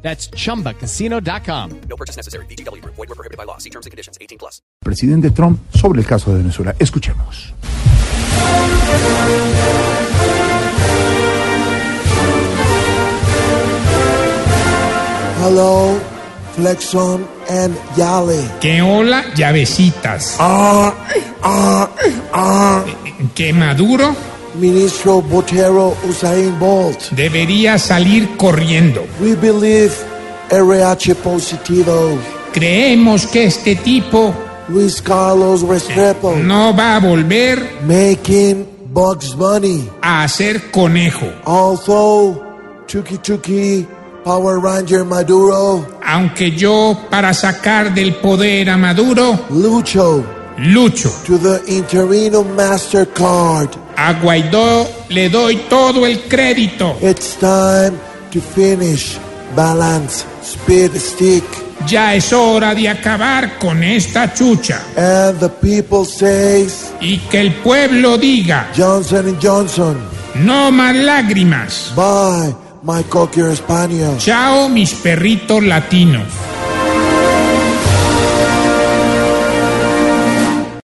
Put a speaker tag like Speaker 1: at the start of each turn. Speaker 1: That's chumbacasino.com.
Speaker 2: No purchase necessary. BGW. Void were prohibited by law. See terms and conditions. 18 plus.
Speaker 3: presidente Trump sobre el caso de Venezuela. Escuchemos.
Speaker 4: Hello, Flexon and Yali.
Speaker 5: Que hola, llavecitas. Eh, Que Maduro
Speaker 4: Ministro Botero Usain Bolt.
Speaker 5: debería salir corriendo.
Speaker 4: We believe RH Positivo.
Speaker 5: Creemos que este tipo
Speaker 4: Luis Carlos Restrepo.
Speaker 5: Eh, no va a volver
Speaker 4: Making Bugs Bunny.
Speaker 5: a hacer conejo,
Speaker 4: Although Tuki Tuki Power Ranger Maduro.
Speaker 5: aunque yo para sacar del poder a Maduro
Speaker 4: Lucho
Speaker 5: lucho.
Speaker 4: to the Interino MasterCard.
Speaker 5: A Guaidó le doy todo el crédito.
Speaker 4: It's time to finish. Balance. Speed stick.
Speaker 5: Ya es hora de acabar con esta chucha
Speaker 4: And the people says
Speaker 5: y que el pueblo diga
Speaker 4: Johnson and Johnson,
Speaker 5: no más lágrimas.
Speaker 4: bye, my cocker spaniel.
Speaker 5: Chao mis perritos latinos.